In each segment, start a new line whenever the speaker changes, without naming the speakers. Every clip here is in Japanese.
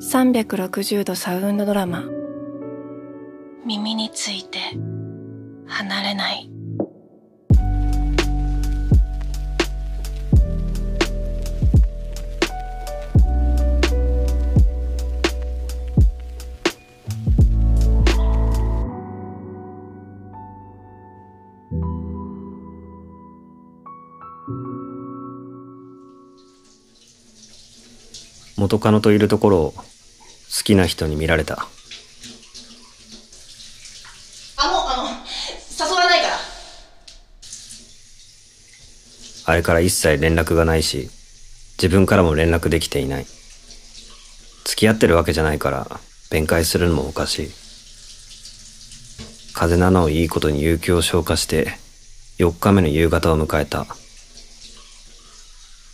360度サウンドドラマ耳について離れない
元カノといるところを好きな人に見られた
あの、あの、誘わないから。
あれから一切連絡がないし自分からも連絡できていない付き合ってるわけじゃないから弁解するのもおかしい風の穴をいいことに有給を消化して4日目の夕方を迎えた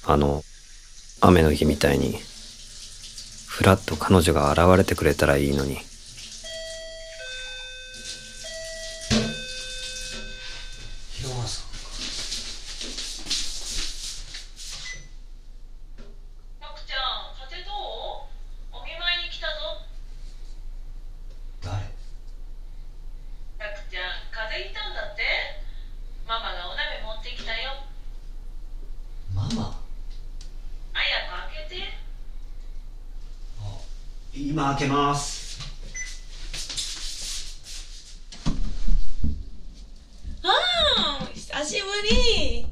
あの雨の日みたいにふらっと彼女が現れてくれたらいいのに
たくちゃん風どうお見舞いに来たぞ
誰
たくちゃん風邪ひいたんだってママがお鍋持ってきたよ
ママ
早く開けて
今開けます
ああ、久しぶり。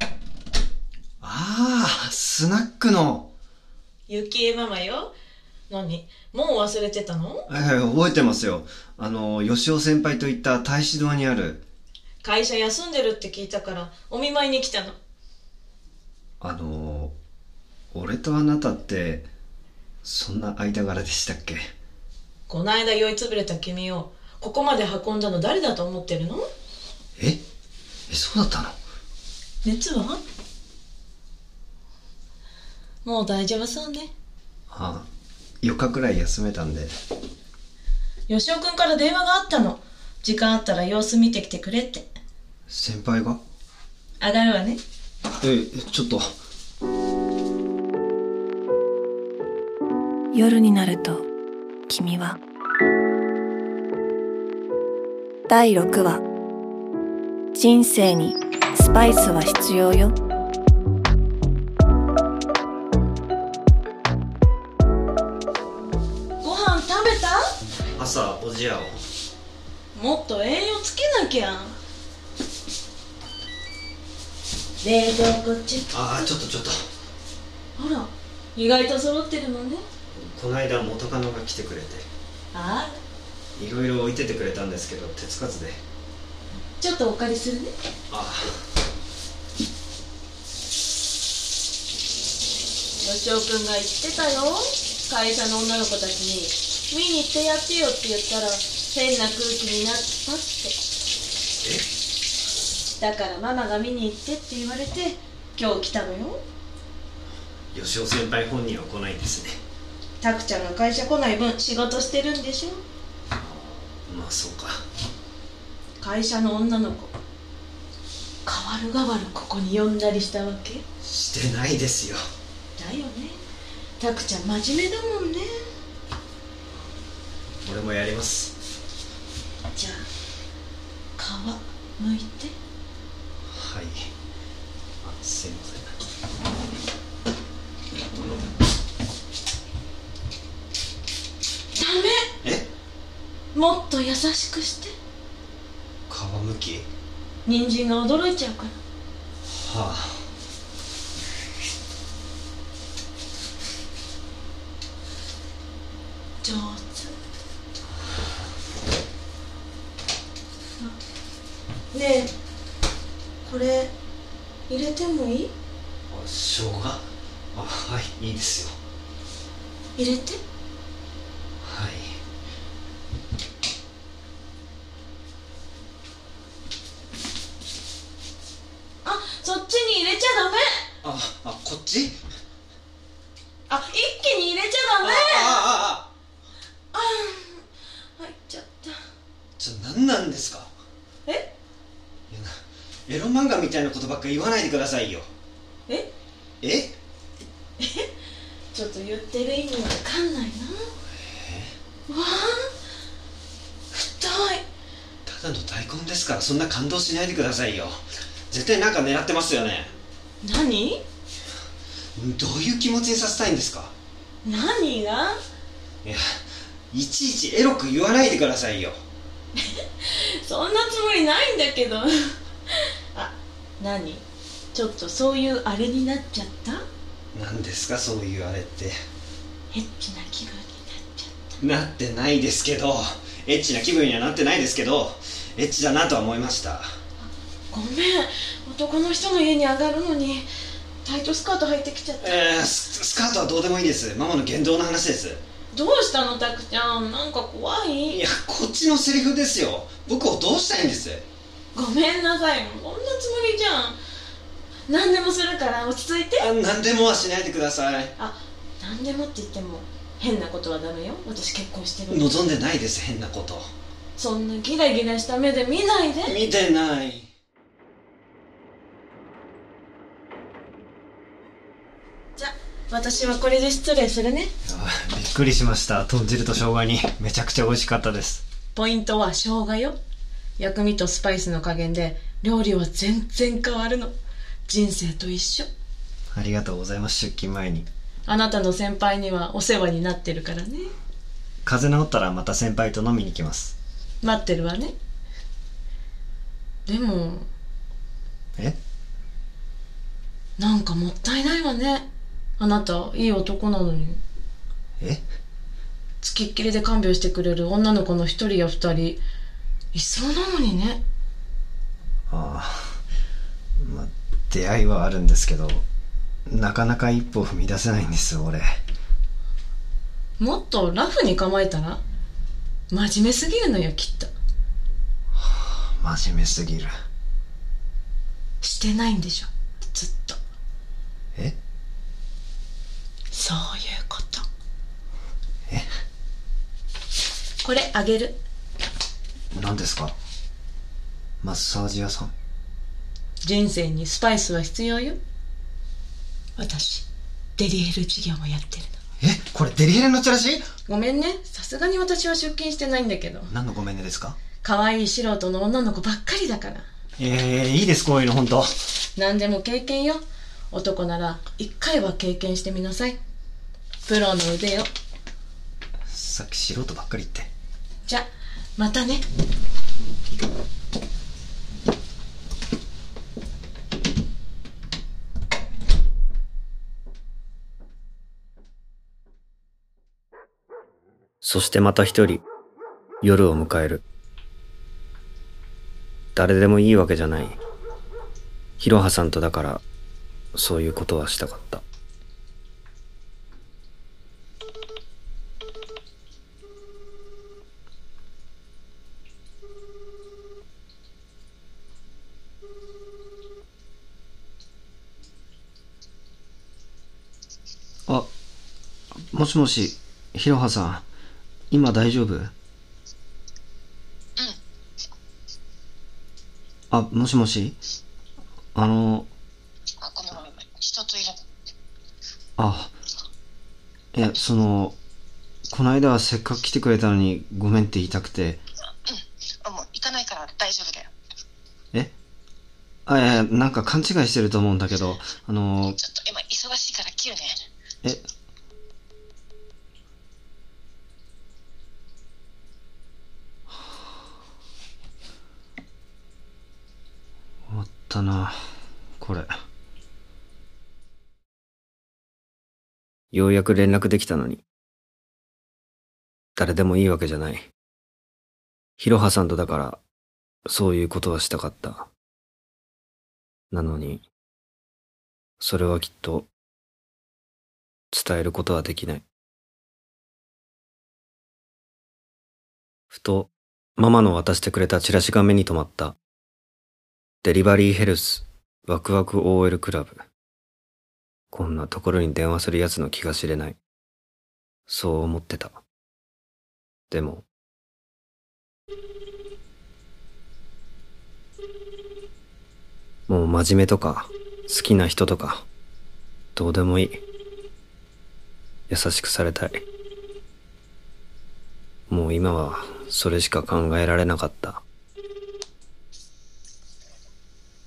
ああスナックの
ゆきえママよ。何もう忘れてたの
はいはい覚えてますよあの吉尾先輩といった太子堂にある
会社休んでるって聞いたから、お見舞いに来たの。
あの俺とあなたってそんな間柄でしたっけ
こないだ酔いつぶれた君を、ここまで運んだの誰だと思ってるの
ええそうだったの
熱はもう大丈夫そうね。
ああ4日くらい休めたんで
吉尾くんから電話があったの。時間あったら様子見てきてくれって。
先輩が
上がるわね。
えちょっと
夜になると君は第6話人生にスパイスは必要よ
ご飯食べた
朝おじやを
もっと栄養つけなきゃ冷蔵庫チェック
ああちょっとちょっと
ほら意外と揃ってるもんね
この間元カノが来てくれて
あ
いろいろ置いててくれたんですけど手つかずで
ちょっとお借りするね
あ
吉尾くんが言ってたよ会社の女の子たちに見に行ってやってよって言ったら変な空気になったってだからママが見に行ってって言われて今日来たのよ
え吉尾先輩本人は来ないんですね
タクちゃんが会社来ない分仕事してるんでしょ
まあそうか
会社の女の子代わる代わるここに呼んだりしたわけ
してないですよ
だよねタクちゃん真面目だもんね
俺もやります
じゃあ皮むいて
はいあすいません
ダ
え
メもっと優しくして
皮むき
人参が驚いちゃうから
はあ
上手ねえこれ入れてもいい
あ生姜あはいいいですよ
入れて
はい
あそっちに入れちゃダメ
ああこっち
あ一気に入れちゃダメ
あああ
入っちゃった
ちょ何なんですか
え
いやなエロ漫画みたいなことばっか言わないでくださいよ
え
え
ちょっと言ってる意味わかんないな太い
ただの大根ですからそんな感動しないでくださいよ絶対なんか狙ってますよね
何
どういう気持ちにさせたいんですか
何が
いやいちいちエロく言わないでくださいよ
そんなつもりないんだけどあ何ちょっとそういうあれになっちゃった
何ですかそういうあれって
エッチな気分になっちゃっ
なってないですけどエッチな気分にはなってないですけどエッチだなとは思いました
たごめん男の人の家に上がるのにタイトスカート履いてきちゃった
えー、ススカートはどうでもいいですママの言動の話です
どうしたのタクちゃんなんか怖
い
い
やこっちのセリフですよ僕をどうしたいんです
ごめんなさいこんなつもりじゃん何でもするから落ち着いて
あ何でもはしないでください
何でもって言っても変なことはダメよ私結婚してるの
望んでないです変なこと
そんなギラギラした目で見ないで
見てない
私はこれで失礼するね
びっくりしました豚汁と生姜にめちゃくちゃ美味しかったです
ポイントは生姜よ薬味とスパイスの加減で料理は全然変わるの人生と一緒
ありがとうございます出勤前に
あなたの先輩にはお世話になってるからね
風邪治ったらまた先輩と飲みに来ます
待ってるわねでも
え
なんかもったいないわねあなたいい男なのに
え
つきっきりで看病してくれる女の子の一人や二人いそうなのにね
ああまあ出会いはあるんですけどなかなか一歩踏み出せないんです俺
もっとラフに構えたら真面目すぎるのよきっと
真面目すぎる
してないんでしょずっと
え
そういうことこれあげる
何ですかマッサージ屋さん
人生にスパイスは必要よ私デリヘル事業もやってるの
えこれデリヘルのチラシ
ごめんねさすがに私は出勤してないんだけど
何のごめんねですか
可愛い素人の女の子ばっかりだから
ええいいですこういうの本当
何でも経験よ男なら一回は経験してみなさいプロの腕よ
さっき素人ばっかり言って
じゃまたね
そしてまた一人、夜を迎える。誰でもいいわけじゃない。ひろはさんとだから、そういうことはしたかった。
あもしもしひろはさん今大丈夫あもしもしあの
あ、ごめんごめんごめん。一ついる。
あいやそのこの間はせっかく来てくれたのにごめんって言いたくて
あ、もう行かないから大丈夫だよ。
あいやなんか勘違いしてると思うんだけどあの
ちょっと今忙しいから切るね。
え終わったなこれ
ようやく連絡できたのに。誰でもいいわけじゃない。ひろはさんとだから、そういうことはしたかった。なのに、それはきっと、伝えることはできない。ふと、ママの渡してくれたチラシが目に留まった。デリバリーヘルス、ワクワク OL クラブ。こんなところに電話する奴の気が知れない。そう思ってた。でも、もう真面目とか、好きな人とか、どうでもいい。優しくされたい。もう今はそれしか考えられなかった。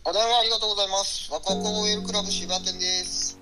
お電話ありがとうございます。ワクワク OL クラブ渋谷店です。